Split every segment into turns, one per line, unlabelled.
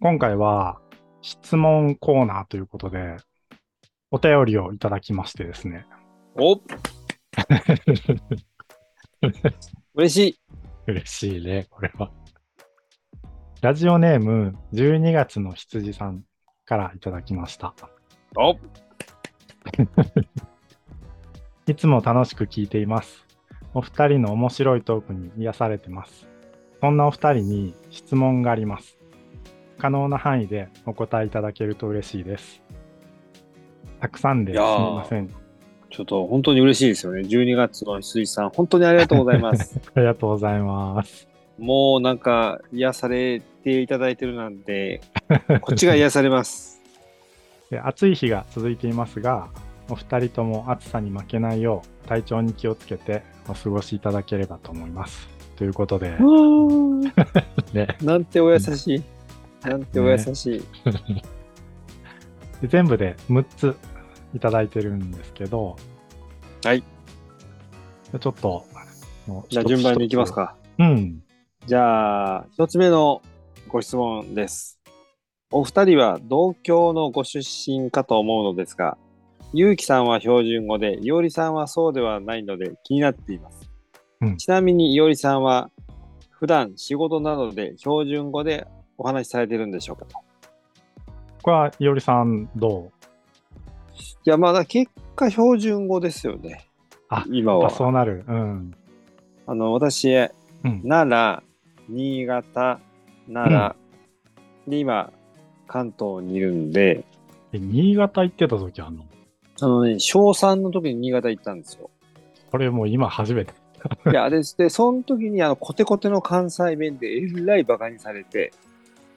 今回は質問コーナーということで、お便りをいただきましてですね。
お 嬉しい。
嬉しいね、これは。ラジオネーム12月の羊さんからいただきました。
お
いつも楽しく聞いています。お二人の面白いトークに癒されてます。そんなお二人に質問があります。可能な範囲でお答えいただけると嬉しいです。たくさんです
い
み
やー
ません。
ちょっと本当に嬉しいですよね。12月の羊さん、本当にありがとうござい ます。
ありがとうございます。
もうなんか癒されていただいてるなんで、こっちが癒され ます。
で暑い日が続いていますが、お二人とも暑さに負けないよう体調に気をつけてお過ごしいただければと思います。ということで、ね、
なんてお優しい。なんてお優しい。
で全部で6ついただいてるんですけど、
はい。
ちょっと、もう
じゃあ順番に行きます。か。
一つうん。
じゃあ、一つ目のご質問です。お二人は同郷のご出身かと思うのですが、ゆうきさんは標準語で、いおりさんはそうではないので気になっています。
うん
ちなみにいおりさんは、普段仕事などで標準語でお話しされてるんでしょうかと。
これは、いおりさん、どう
いや、まだ結果標準語ですよね。
あ
今
やっ
は
ぱ。そうなる。うん。
あの、私、
うん。
奈良、新潟、奈良、で今、関東にいるんで、
え新潟行ってた時あんの
あのね、小3の時に新潟行ったんですよ。
これもう今初めて。
いや、ですで、その時にあの、コテコテの関西弁でえらいバカにされて、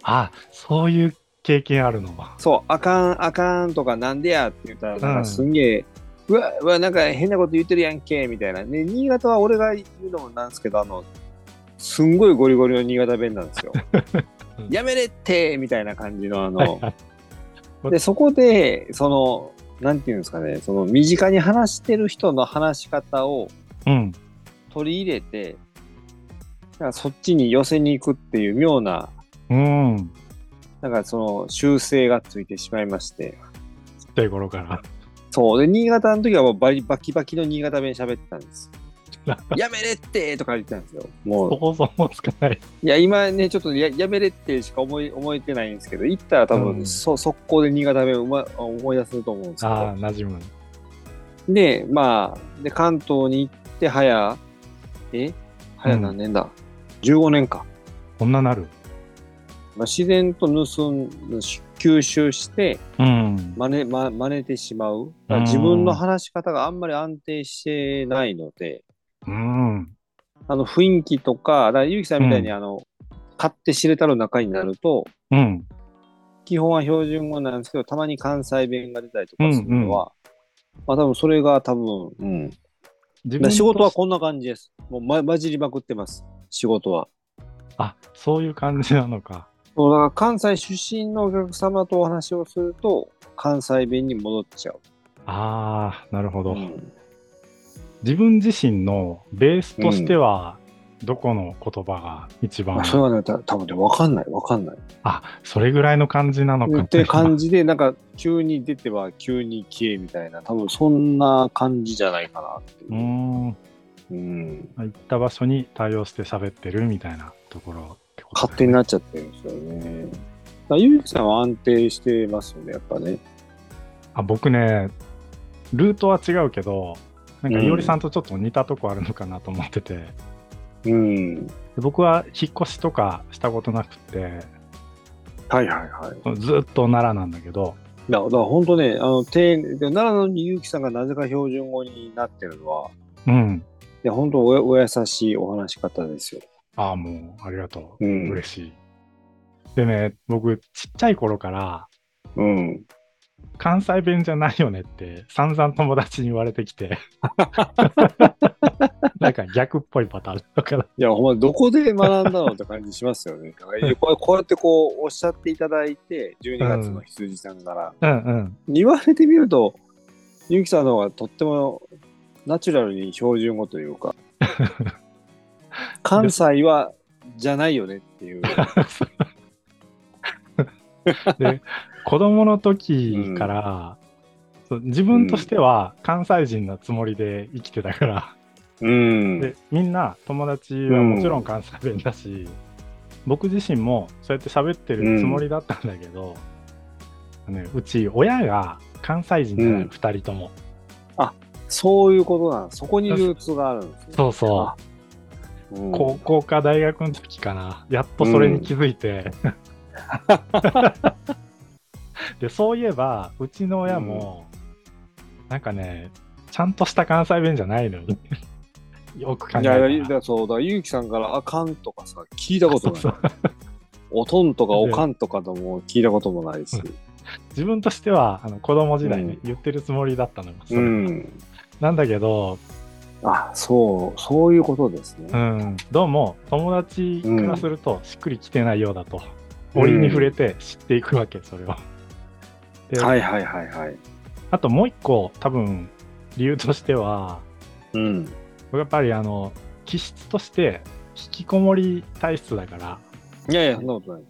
あ、そういう経験あるのは。
そう、あかん、あかんとか、なんでやって言ったら、なん
うん
かすんげえ、うわ、うわ、なんか変なこと言ってるやんけ、みたいな。ね、新潟は俺が言うのもなんですけど、あの、すんごいゴリゴリの新潟弁なんですよ
うん。
やめれってみたいな感じの、あ
はい
の、
はい
で、そこで、その、なんていうんですかね、その、身近に話してる人の話し方を、
うん。
取り入れて、なんかそっちに寄せに行くっていう妙な、
うん。
なんかその修正がついてしまいまして。
ちっちゃい頃から。
そう。で、新潟の時はもうバリバキバキの新潟弁喋ってた んです。やめれってとか言ってたんですよ。もう、
想像もつかない。
いや、今ね、ちょっとややめれってしか思い、思えてないんですけど、行ったら多分、
うん
そ速攻で新潟弁を、ま、思い出すと思うんですけ
ああ、
ど。
馴染む。
で、まあ、で、関東に行って、早、え早何年だ、?15 年か。
こんななる。
まあ、自然と盗ん吸収して
うん。
真似,、ま、真似てしまう
うん
自分の話し方があんまり安定してないので
うん。
あの雰囲気とかだからゆうきさんみたいに、
う
あの勝手知れたる仲になると
うん。
基本は標準語なんですけどたまに関西弁が出たりとかするのは、まあ多分それが多分、うん、だか
自
ら仕事は
とし
こんな感じですもう、ま、混じりまくってます仕事は
あ、そういう感じなのか。
そうだから関西出身のお客様とお話をすると関西弁に戻っちゃう、
ああ、なるほど。
うん
自分自身のベースとしては、どこの言葉が一番、
あそれはね、た多分ね、わかんない、わかんない。
あそれぐらいの感じなのか
っ て感じで、なんか、急に出ては急に消えみたいな、多分そんな感じじゃないかなっていう
ー
う。
ん
うん。
行った場所に対応して喋ってるみたいなところってこと
勝手になっちゃってるんですよね。だからゆうきさんは安定してますよね、やっぱね。
あ僕ねルートは違うけどなんか
うん
いおりさんとちょっと似たとこあるのかなと思ってて、で
うん。
僕は引っ越しとかしたことなくて
はいはいはい。
ずっと奈良なんだけど
だだから本当ね、あの、丁寧で奈良のにゆうきさんがなぜか標準語になってるのは、
うん
いや、本当おお優しいお話し方ですよ。
ああもうありがとう、
うん
嬉しいでね僕ちっちゃい頃から
うん。
関西弁じゃないよねって散々友達に言われてき てなんか逆っぽいパターンなのかない
や、ほんま、どこで学んだのって感じしますよ ね。だからこうこうやってこう、おっしゃっていただいて、12月の羊さんから、
うんうん
言われてみると、ゆうきさんの方がとってもナチュラルに標準語という か、関西はじゃないよねっていう。
で、子供の時から、そう自分としては関西人なつもりで生きてたから、
うん。
で、みんな友達はもちろん関西弁だし、僕自身もそうやって喋ってるつもりだったんだけど、うね、うち親が関西人じゃない、
うん
2人とも。
そういうことなんそこにルーツがあるんですね。
そうそう。
う。うん、
高校か大学の時かなやっとそれに気づいて、 でそういえばうちの親も、なんかねちゃんとした関西弁じゃないの よよく考え
い
た
や
ら
いや、だからそうだ、ゆうきさんから、あかんとかさ、聞いたこと
そう
ない。
そう
おとんとかおかんとかとも聞いたこともないし。
自分としてはあの子供時代に
うん
言ってるつもりだったのよ、それ
うん。
なんだけど、
あ、そう、そういうことです
う
ね。
ん、どうも友達からするとしっくりきてないようだと、折に触れて知っていくわけそれを。で
はいはいはいはい。
あともう一個多分理由としては
うん。
僕やっぱりあの気質として引きこもり体質だから
いやいや、そんなことない。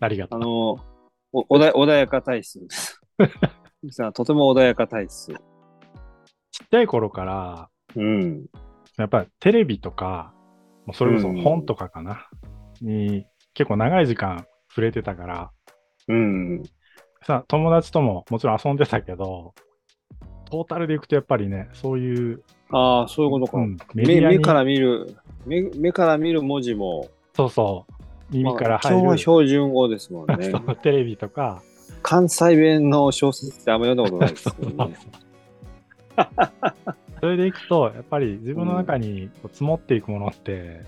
ありがと
あ
う
の、おおだ穏やか体質です。ゆうきさんはとても穏やか体質。
ちっちゃい頃から
うん。
やっぱりテレビとかもうそれこそ
うん
本とかかな、に結構長い時間触れてたから
うん。
さ友達とももちろん遊んでたけどトータルでいくとやっぱりねそういう、
ああ、そういうことか。
うんメディ
目
アに
目から見る目、目から見る文字も、
そうそう耳から入
まあ
る、
基本は標準語ですもん ね。
そうテレビとか
関西弁の小説ってあんま読んだことないですけ どね。
それでいくと、やっぱり自分の中にこう積もっていくものって、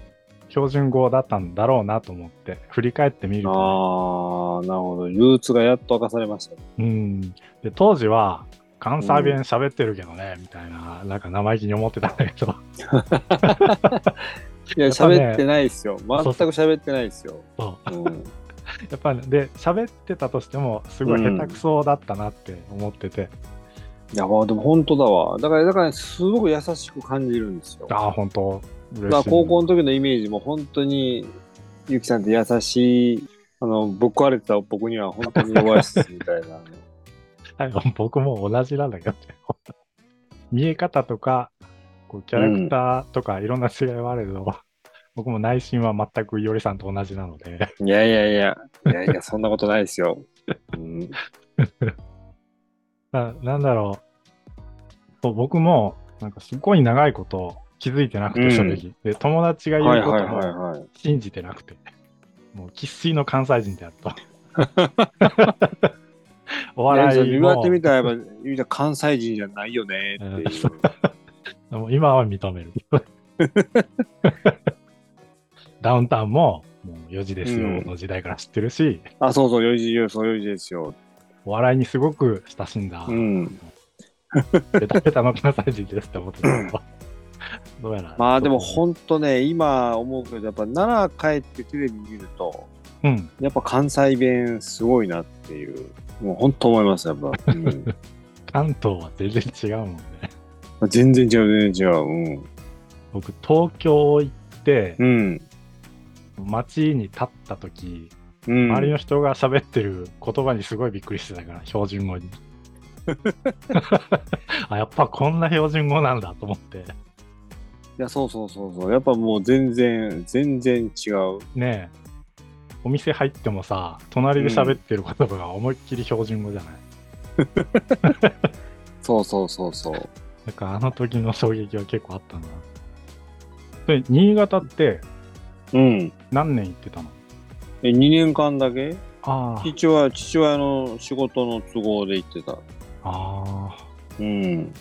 標準語だったんだろうなと思って、振り返ってみると
ああ、なるほど。ルーツがやっと明かされましたね。
ね、うんで当時は、関西弁喋ってるけどね、みたいな、なんか生意気に思ってたんだけど、
いや、
やっぱね
喋ってないですよ。全く
そうそう
喋ってないですよ。
そ
うん
うやっぱり、で、喋ってたとしても、すごい下手くそだったなって思ってて、
いや、まあでも本当だわ。だから、だから、すごく優しく感じるんですよ。だか
ああ、本当嬉しい。
ら高校の時のイメージも本当に、ゆきさんって優しい、あの、ぶっ壊れてた僕には本当に弱いっす、み たいな。
はい僕も同じなんだけどね、見え方とか、こうキャラクターとかいろんな違いはあるけど、僕も内心は全くいおりさんと同じなので、
いやいやいや、いやいや、そんなことないですよ。 うん、
ななんだろうそう、僕もなんかすごい長いこと気づいてなく
うん
て、正直、で、友達が
は
言
いう
こ
はい
と
はい
も
はい。
信じてなくて、もう生粋の関西人であ った。 お笑
いや
い
言われてみ
も
たら、やっぱ、ゆうちゃん関西人じゃないよねっていう。
もう今は認め る。ダウンタウンももう4時ですよの時代から知ってるし、
あ、そうそう、よいじよい、そうよいじですよ。
お笑いにすごく親しんだ、
うん。
ベタベタの関西人ですって思ってたけ ど、どうやら。
まあでも、ほんとね、今思うけど、やっぱ奈良帰ってテレビ見ると、
うん、
やっぱ関西弁すごいなっていう、もうほんと思います、やっぱ。 うん、
関東は全然違うもんね。
全然違う、全然違う。
僕、東京行って
う、ん。
街に立った時、
うん。
周りの人が喋ってる言葉にすごいびっくりしてたから、標準 語に。 あやっぱこんな標準語なんだと思って。
いや、そうそうそうそう。やっぱもう全然、全然違う。
ねえお店入ってもさ隣で喋ってる言葉が思いっきり標準語じゃない、
そうそうそうそう。
なんかあの時の衝撃は結構あったなで新潟って
うん。
何年行ってたの
え、2年間だけ
あー
父親、父親の仕事の都合で行ってた。
あー
うん。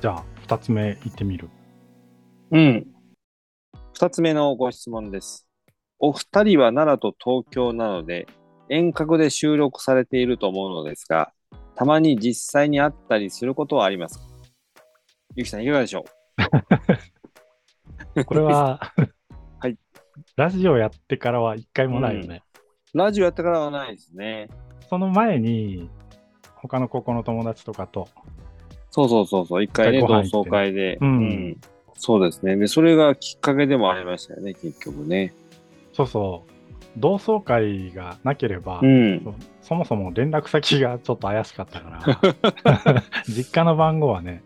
じゃあ2つ目行ってみ る
うん。二つ目のご質問です。お二人は奈良と東京なので、遠隔で収録されていると思うのですが、たまに実際に会ったりすることはありますかゆきさん、いかがでしょ
これは
はい
ラジオやってからは1回もないよね、
うラジオやってからはないですね。
その前に他の高校の友達とかと
そうそうそうそう、一回ね、
一回ご
同
飯行
窓
ってね
会で、
うん
そうですね。で、それがきっかけでもありましたよね、結局ね。
そうそう同窓会がなければ、
うん
そそもそも連絡先がちょっと怪しかった から、実家の番号はね、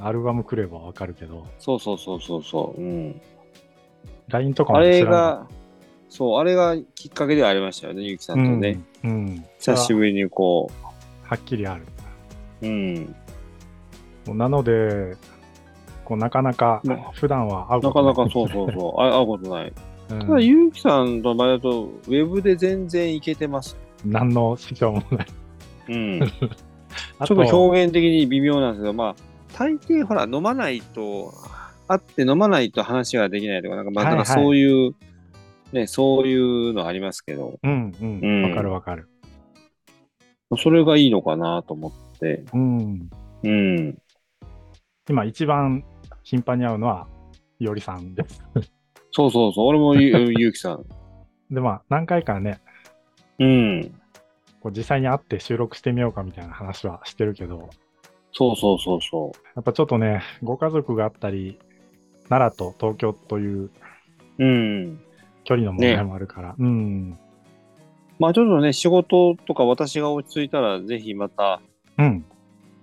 アルバム来ればわかるけど、
そうそうそうそうそう。うん。
LINE とか
あ
も知らない。
れが、そう、あれがきっかけではありましたよね、ゆうきさんとね。
うん、うん
久しぶりにこ
はっきりある。
う、うん。
なので、こうなかなか
な
普段は会う
な
こと
か
な
ないかそうそう そう、あ会うことない。
うん
ただ、ゆうきさんの場合だと、ウェブで全然いけてます。
何の指 標もない。
うん。
あ
ちょっと表現的に微妙なんですけど、まあ、大抵ほら、飲まないと、会って飲まないと話ができないとか、なんか、まあ、
はいは
なん
い
かそういう、ね、そういうのありますけど、
うんう、
うんん
わかるわかる。
それがいいのかなと思って、
うん。
うん。
今一番頻繁に会うのは、いおりさんです。
そうそうそう、俺も ゆゆうきさん。
で、まあ、何回かね、
うん。
こう実際に会って収録してみようかみたいな話はしてるけど、
そうそうそうそ
やっぱちょっとね、ご家族があったり、奈良と東京という
う。うん。
距離の問題もあるから、うん。
まあ、ちょっとね、仕事とか私が落ち着いたら、ぜひまた
うん。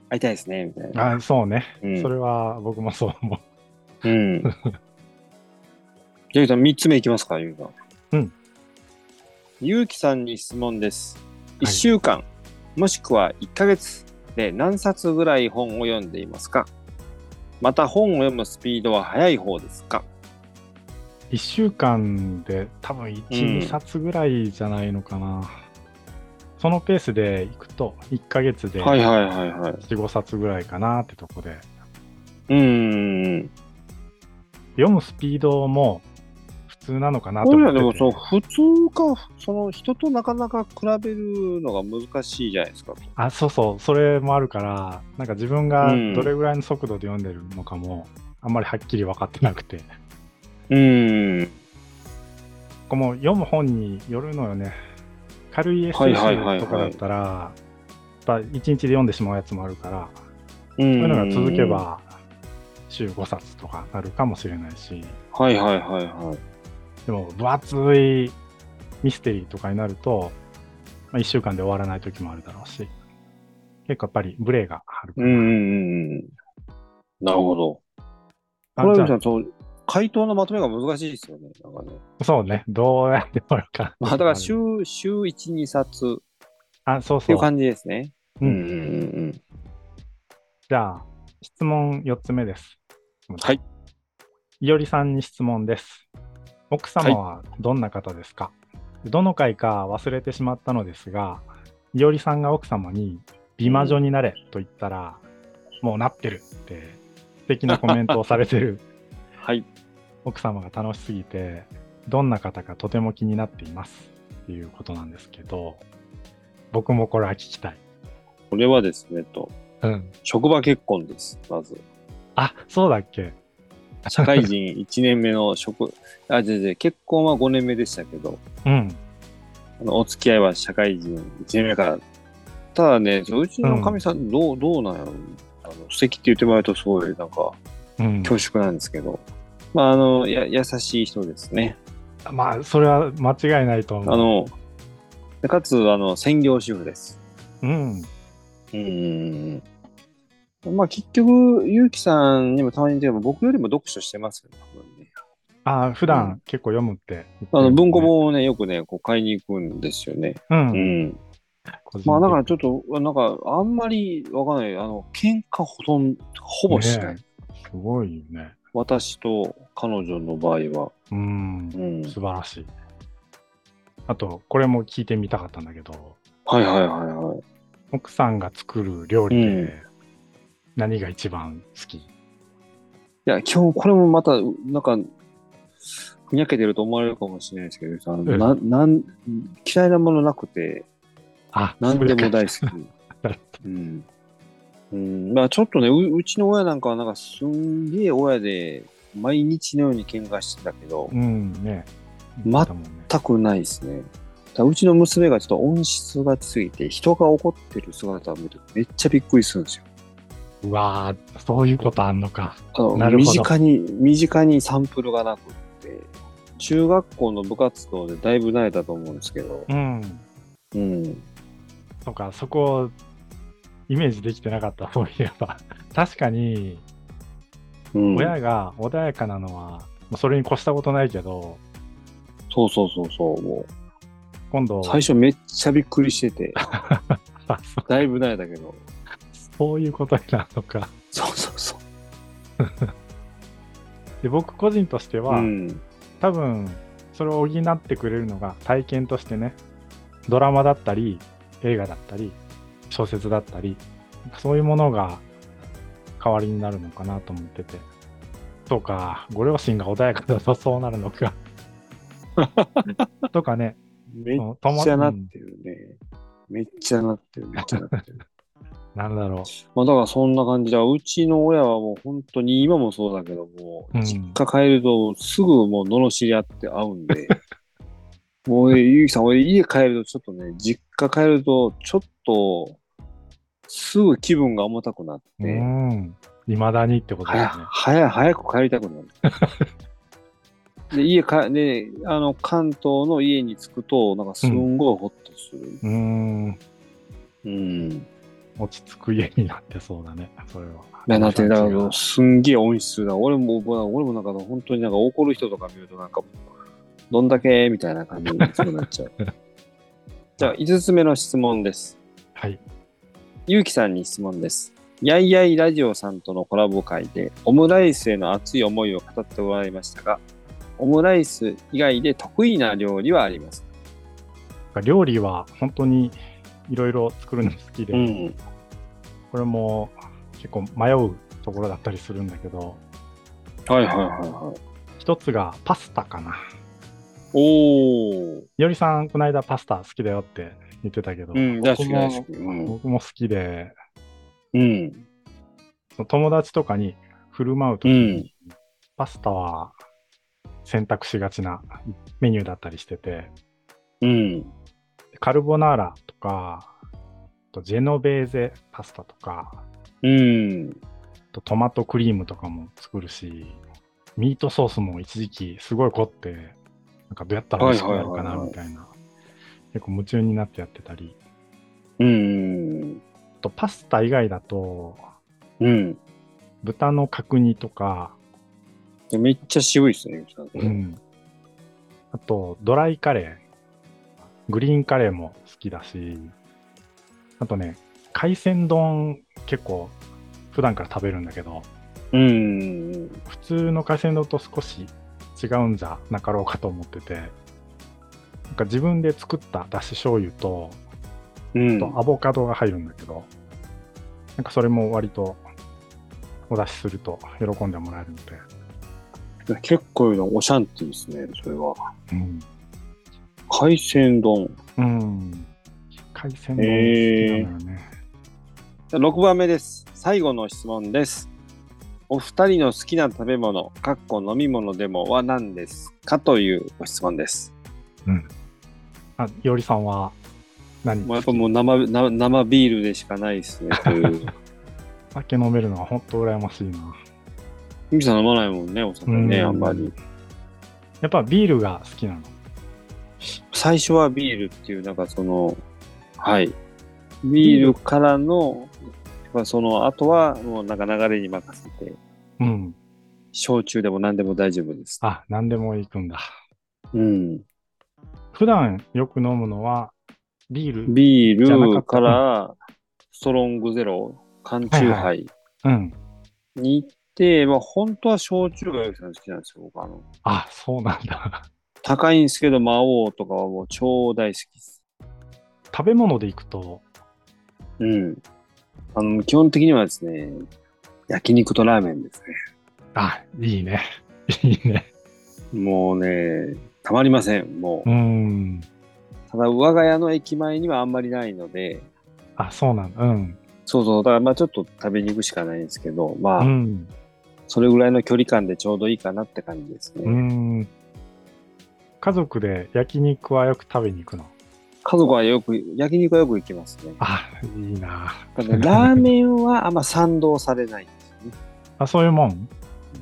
会いたいですね、みたいな。
あそうね、
うん
それは僕もそう思う。
うん。ジェイさん、3つ目いきますか、ゆうきさん。
うん。
ゆうきさんに質問です。
い
1週間、もしくは1ヶ月で何冊ぐらい本を読んでいますかまた本を読むスピードは速い方ですか
1週間で多分1、
うん
2冊ぐらいじゃないのかな。そのペースでいくと、1ヶ月で
はい
4、
はいはいはい。
5冊ぐらいかなってとこで、
うーん。
読むスピードも普通なのかなと
これ
思っ
は
てて
でもそう、普通か、その人となかなか比べるのが難しいじゃないですか。
あ、そうそう、それもあるから、なんか自分が
うん
どれぐらいの速度で読んでるのかも、あんまりはっきり分かってなくて、
うーん。
この読む本によるのよね。軽いエッセ
はい
イ
はいはいはい
集とかだったら、やっぱ1日で読んでしまうやつもあるから、そ
そう
う
い
いうのが続け。ば、週5冊とかなるかもしれないし、
はいはいはいはい。
でも、分厚いミステリーとかになると、まあ、1週間で終わらない時もあるだろうし、結構やっぱりブレがあるか
う
ら。
んうんうん。なるほど。
あ
これ
じゃ
は
あ
じゃあそう回答のまとめが難しいですよね。なんかね
そうね、どうやってもらうか。
まあ、だから週週1、2冊っ
あ、そう
て
そ
いう
う。
感じですね。
うん
うんうん
じゃあ、質問4つ目です。
はい。
いおりさんに質問です。奥様はどんな方ですか、どの回か忘れてしまったのですが、いおりさんが奥様に美魔女になれと言ったら、もうなってるって素敵なコメントをされてる
はい。
奥様が楽しすぎて、どんな方かとても気になっていますっていうことなんですけど、僕もこれは聞きたい。
これはですね、と、
うん。
職場結婚です、まず。
あ、そうだっけ
社会人1年目の職、あ、違う違う、結婚は5年目でしたけど、
うん。
あのお付き合いは社会人1年目から。ただね、そううちのかみさん、どう、どうなんやろあの素敵って言ってもらうとすごい、なんか、
うん、
恐縮なんですけど、まあ、あの、や、優しい人ですね。
まあ、それは間違いないと
あ
思う。
の、でかつ、あの、専業主婦です。
うん。
うん。まあ結局、ゆうきさんにもたまに言っても、僕よりも読書してますよね。多分ね
ああ、普
う
段結構読むって言ってる
あ
よね、
の文庫本をね、よくね、こう買いに行くんですよね。
う。
うんん。
個人的に
まあだからちょっと、なんか、あんまりわかんない。あの、喧嘩ほとんど、ほぼしな
ね
い。
えすごいよね。
私と彼女の場合は。
うん
う。ん。
素晴らしい。あと、これも聞いてみたかったんだけど、
はいはいはいはい。
奥さんが作る料理
う
で何が一番好き、
いや、今日これもまた、なんか、ふにゃけてると思われるかもしれないですけど、あの
ええ
ななん嫌いなものなくて、
あ、
何でも
だ
大好 き。うん。うん、まあちょっとねう、うちの親なんかは、なんかすんげえ親で、毎日のように喧嘩してたけど、
うん、ね。
ま
言ってたもんね
全くないですね。だからうちの娘がちょっと音質がついて、人が怒ってる姿を見るとめっちゃびっくりするんですよ。
うわーそういうことあんのか。
あの
なるほど
身近に、身近にサンプルがなくって、中学校の部活動でだいぶ慣れたと思うんですけど、
うん。
うん。
とか、そこをイメージできてなかった、そういえば。 確かに、
うん、
親が穏やかなのは、まあそれに越したことないけど、
そうそうそうそう。もう
今度、
最初めっちゃびっくりし てて、
あそ
だいぶ慣れたけど。
そういうことになるのか。
そうそうそう。
で、僕個人としては、
うん。
多分それを補ってくれるのが体験としてねドラマだったり映画だったり小説だったりそういうものが代わりになるのかなと思っててそうかご両親が穏やかだとそうなるの かとかね
めっ
その友
ちゃなっ
うん
てるね。めっちゃなってる、めっちゃなってる。
なんだろ
まあだからそんな感じだ。うちの親はもう本当に今もそうだけども、
うん
実家帰るとすぐもう罵り合って会う んで、もうねゆうきさん、俺家帰るとちょっとね、実家帰るとちょっとすぐ気分が重たくなって、
ううんいまだにってこと
は
だ
や
よね
早早く帰りたく なる。で、家か、ね、あの、関東の家に着くと、なんかすんごいホッとする。
うーん
うん。
落ち着く家になってそうだねそれはい
や、なってる、だか
違う
ら、すんげえ音質だ。俺も、俺もなんか、本当になんか怒る人とか見ると、なんか、どんだけみたいな感じにすぐなっちゃ う。じゃあ、5つ目の質問です。
はい
ゆうきさんに質問です。やいやいラジオさんとのコラボ会で、オムライスへの熱い思いを語ってもらいましたが、オムライス以外で得意な料理はありますか
料理は本当にいろいろ作るの好きで、
ん。
これも結構迷うところだったりするんだけど、
はいはいはいはい。
一つがパスタかな。
おー。
いおりさん、この間パスタ好きだよって言ってたけど、
うん、大好
僕
き
も
大好き。うん。
僕も好きで、
うん。
その友達とかに振る舞うと
う
きに、
ん。
パスタは選択しがちなメニューだったりしてて、
うん。
カルボナーラとか、あとジェノベーゼパスタとか、
うん。
あとトマトクリームとかも作るし、ミートソースも一時期すごい凝って、なんかどうやったら美味しくなるか
はいはいはい
な
はい
みたいな、結構夢中になってやってたり、
うん。
あとパスタ以外だと、
うん。
豚の角煮とか、
めっちゃ渋いですね、ゆきさん。
うんあとドライカレー、グリーンカレーも好きだし、あとね、海鮮丼結構普段から食べるんだけど、
うん。
普通の海鮮丼と少し違うんじゃなかろうかと思ってて、なんか自分で作っただし醤油と、
うん。
とアボカドが入るんだけど、なんかそれも割とお出しすると喜んでもらえるので、
結構おシャンティですね、それは。
うん。
海鮮丼。
うん、海鮮丼好きなのよね。
6番目です。最後の質問です。お二人の好きな食べ物、かっこ飲み物でもは何ですかというご質問です。
あ、いおりさんは何
もうやっぱもう生な生ビールでしかないですね、と いう。
酒飲めるのは本当羨ましいな。
ゆきさん飲まないもんね、お酒ね、
うん
あんまり。
やっぱビールが好きなの。
最初はビールっていう、なんかその、はい。ビールからの、まあ、その、あとはもうなんか流れに任せて、
うん。
焼酎でも何でも大丈夫です。
あ、何でも行くんだ。
うん。
普段よく飲むのはビール。
ビ
じゃなか
ー
った
ルから、ストロングゼロ、缶チュー
は
ハイ
うん。
に行って、まあ本当は焼酎がよく好きなんですよ、僕あの。
あ、そうなんだ。
高いんですけど、魔王とかはもう超大好きです。
食べ物で行くと、
うん。あの、基本的にはですね、焼肉とラーメンですね。
あ、いいね。 いいね。
もうね、たまりません、もう
う。ん。
ただ、我が家の駅前にはあんまりないので、
あ、そうなんだ。うん。
そうそう、だからまあちょっと食べに行くしかないんですけど、まあ、
うん。
それぐらいの距離感でちょうどいいかなって感じですね。
うん。家族で焼肉はよく食べに行くの。
家族はよく、焼肉はよく行きますね。
あ、いいな。
ただねラーメンはあんま賛同されないんですよね。
あ、そういうもん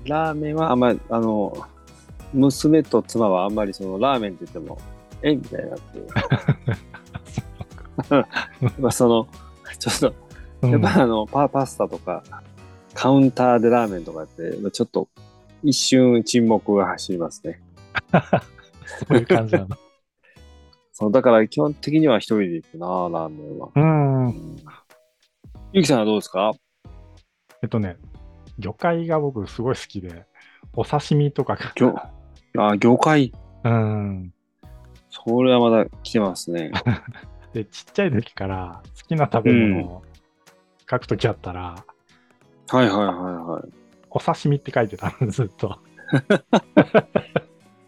ラーメンはあんま、あの、娘と妻はあんまりそのラーメンって言っても、えみたいにな って。まあその、ちょっと、
うん
やっぱあの、パパスタとか、カウンターでラーメンとかって、まあちょっと一瞬沈黙が走りますね。
そういう感じ なの。
そのだから基本的には一人で行くな、ラーメンは。
うん。
ゆきさんはどうですか
えっとね、魚介が僕すごい好きで、お刺身とかが
魚あ、魚介。
うん。
それはまだ来てますね。
で、ちっちゃい時から好きな食べ物を書くときあったら、
はいはいはいは
お刺身って書いてたの、ずっと。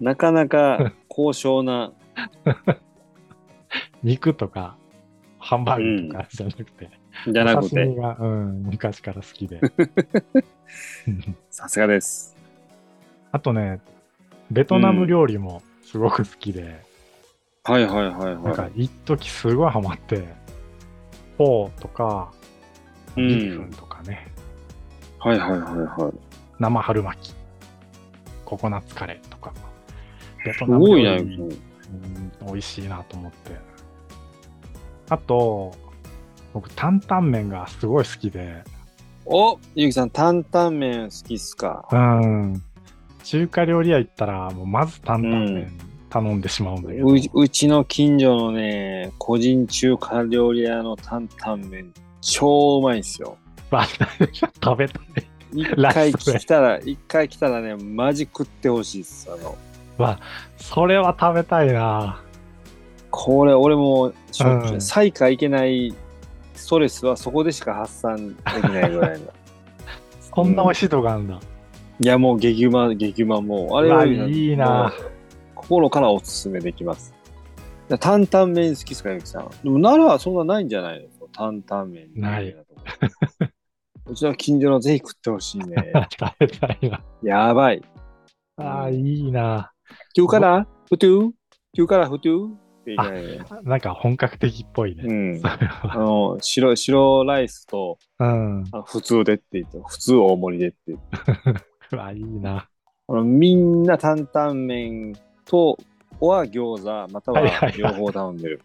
い。なかなか高尚な、
肉とか、ハンバーグとかじゃなくて、
じゃなく
お刺
て、
身が、うん、昔から好きで。 うん
さすがです。
あとね、ベトナム料理もすごく好きで、
はいはいはい
なん
は
か一時すごいハマって、フォーとか、
い。う
ビーフン
ん。
とかね、
はいはいはいはい。
生春巻き、ココナッツカレーとか、ベト
すごい
料
な、
理うん美味しいなと思って。あと、僕、担々麺がすごい好きで、
おゆきさん、担々麺好きっすか
うん、中華料理屋行ったら、もうまず担々麺頼んでしまうんだけど、
ううちの近所のね、個人中華料理屋の担々麺、超うまいんすよ。
まあ 食べたい。
一
ラ
回
ストや
来たら、一回来たらね、マジ食ってほしいっす。あの、
それは食べたいな。
これ俺もしょっちゅ
う
うん最下いけないストレスはそこでしか発散できないぐらいの
そんな美味しいとこあるんだ。
いやもう激うま激うまもうあれは
うわいいな
もう心からおすすめできます担々麺好きですかゆきさんでも奈良はそんなないんじゃないの担々麺
ない
うちの近所のぜひ食ってほしいね
食べたいな。
やばい
ああ、いいな。
中からふとぅ中からふとぅっていかないね
なんか本格的っぽいね。
う ん
それは
あの白白ライスと
うん。
あの普通でって言って、普通大盛りでって言って。
うわ、いいな。
あのみんな担々麺と、は餃子、また
はいは
はい両方頼んでる。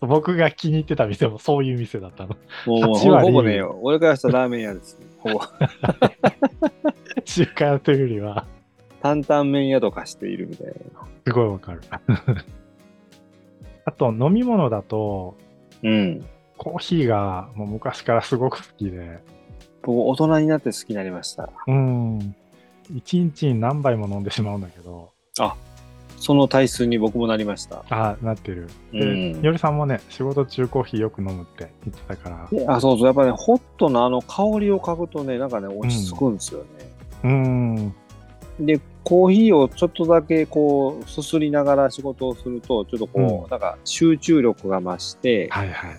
僕が気に入ってた店も そういう店だったの。
もうも
8
うほぼ
割
ほぼね、俺からしたらラーメン屋です、 ほぼ
中華屋というよりは、
担々麺屋とかしているみたいな。
すごいわかる。 あと、飲み物だと、
うん。
コーヒーがもう昔からすごく好きで、
僕、大人になって好きになりました。
うん。一日に何杯も飲んでしまうんだけど、
その体数に僕もなりました。
ああ、なってる。
う
で、
ん。
よりさんもね、仕事中コーヒーよく飲むって言ってたから、
であ、そうそう。やっぱね、ホットのあの香りを嗅ぐとね、なんかね、落ち着くんですよね。
うん。
でコーヒーをちょっとだけこうすすりながら仕事をするとちょっとこう、なんか集中力が増して
はいはい。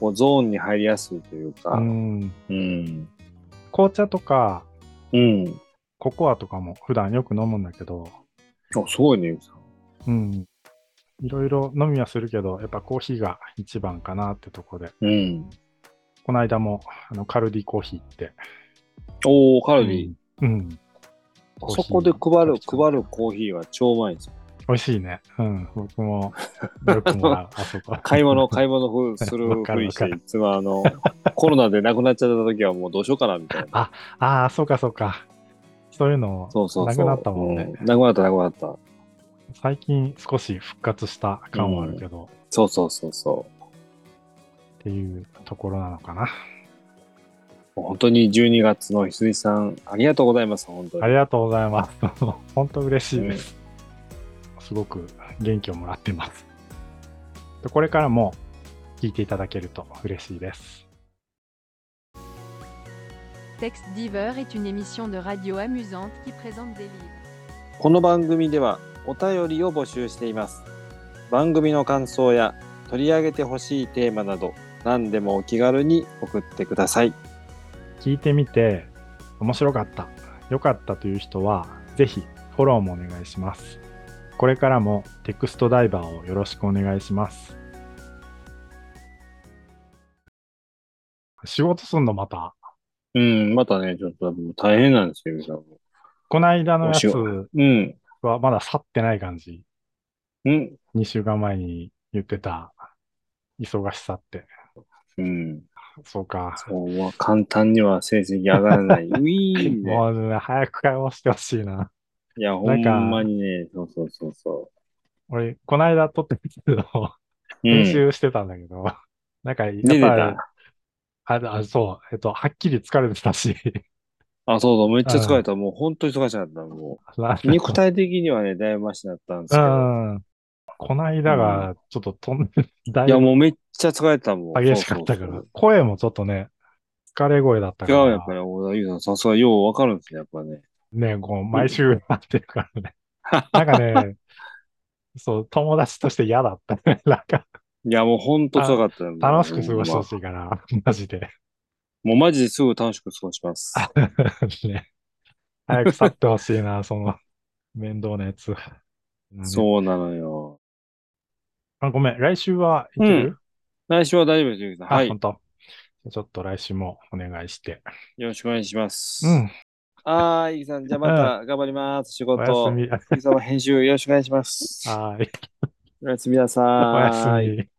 こうゾーンに入りやすいというか
うん。
うん
紅茶とか、
うん
ココアとかも普段よく飲むんだけど、
あすごいねゆうさん
うん。いろいろ飲みはするけど、やっぱコーヒーが一番かなってとこで、
うん
この間もあのカルディコーヒーって、
おおカルディ、
うん。コーヒ
そ
ー
こで配る配るコーヒーは超うまいんですよ
美味しいね。うん。僕 もよくもらう、あそこ。
買い 物買い物ふする
わか
ふ
る
り
わ
して
かる
いつもあの コロナでなくなっちゃった時はもうどうしようかなみたいな
ああ、そうかそうか。そういうの、
そうそうそう
なくなったもんね。
うなくなったなくなった
最近少し復活した感はあるけど、
そうそうそうそう
っていうところなのかな。
本当に12月のひすいさんありがとうございます本当に
ありがとうございます。 本当嬉しいです。すごく元気をもらってます。でこれからも聞いていただけると嬉しいです。
Texte d'Hiver est une émission de radio amusante qui présente des livres.
この番組ではお便りを募集しています。番組の感想や取り上げてほしいテーマなど何でもお気軽に送ってください。
聞いてみて面白かった、良かったという人はぜひフォローもお願いします。これからもテクストダイバーをよろしくお願いします。仕事すんのまた。
うん、またね、ちょっと大変なんですよ、ゆうさんも
こないだのや
お仕
つ、
事うん。
僕はまだ去ってない感じ。
うん。
2週間前に言ってた、忙しさって。
うん。
そうか。
そうは簡単には成績上がら ない。ウィーンで。
もうね、早く会話してほしいな。
いや、ほ
なん
ん
か
まにね、そうそうそうそ
俺、この間撮ってたけど、
う。
練
うん。
習してたんだけど、 なんか、やっ
出て
ぱ
た。
り、あ、あそう、えっと、はっきり疲れてたし、
あ、そうそう、めっちゃ疲れた。もう本当に忙しかった。も
なん
う。肉体的にはね、だいぶマシだったんです
う
けど。
ん。この間が、ちょっととん、だ
い
い
や、
ぶ
もうめっちゃ疲れたもん。
激しかったから
そう、
声もちょっとね、疲れ声だったか
そうそう違う、やっぱ
ら、
り、小田優さん、さすがようわかるんですね、やっぱね。
ね、こう、毎週なってるから ね。なんかね、そう、友達として嫌だった ね。なんか、
いや、もう本当辛かったよ。
楽しく過ごして
もう
ほしいから、マジで。
もうマジですぐ楽しく過ごします。
ね、早く去ってほしいな、その、面倒なや つ。う。
そうなのよ。
あごめん、来週は行ける、
来週は大丈夫です、ゆうきさん。
あ、
はい。
本当。ちょっと来週もお願いして。
よろしくお願いします。
うん。
あー、ゆうきさん、じゃあまた頑張ります。仕
おやす
事。ゆ
み。
うきさんも編集よろしくお願いします。
はい。
おやすみなさ
お
ーい。
やすみ。